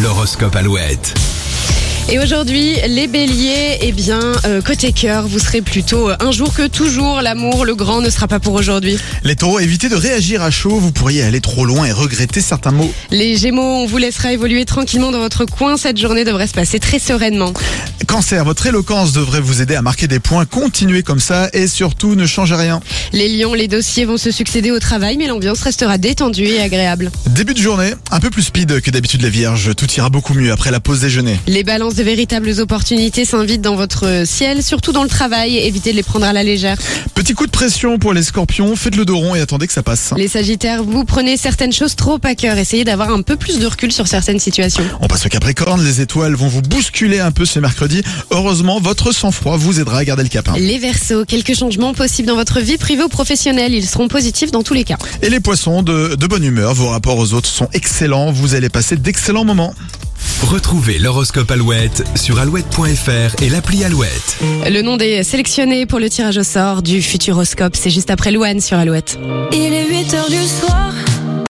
l'horoscope Alouette. Et aujourd'hui, les béliers, eh bien, euh, côté cœur, vous serez plutôt euh, un jour que toujours. L'amour, le grand, ne sera pas pour aujourd'hui. Les taureaux, évitez de réagir à chaud, vous pourriez aller trop loin et regretter certains mots. Les gémeaux, on vous laissera évoluer tranquillement dans votre coin. Cette journée devrait se passer très sereinement. Cancer, votre éloquence devrait vous aider à marquer des points, continuez comme ça et surtout ne changez rien. Les lions, les dossiers vont se succéder au travail, mais l'ambiance restera détendue et agréable. Début de journée, un peu plus speed que d'habitude les vierges, tout ira beaucoup mieux après la pause déjeuner. Les balances, de véritables opportunités s'invitent dans votre ciel, surtout dans le travail. Évitez de les prendre à la légère. Petit coup de pression pour les scorpions, faites le dos rond et attendez que ça passe. Les sagittaires, vous prenez certaines choses trop à cœur. Essayez d'avoir un peu plus de recul sur certaines situations. On passe au Capricorne, les étoiles vont vous bousculer un peu ce mercredi. Heureusement, votre sang-froid vous aidera à garder le cap. hein. Les Verseaux, quelques changements possibles dans votre vie privée ou professionnelle, ils seront positifs dans tous les cas. Et les poissons, de, de bonne humeur, vos rapports aux autres sont excellents, vous allez passer d'excellents moments. Retrouvez l'horoscope Alouette sur alouette.fr et l'appli Alouette. Le nom des sélectionnés pour le tirage au sort du Futuroscope, c'est juste après Louane sur Alouette. Il est 8 heures du soir,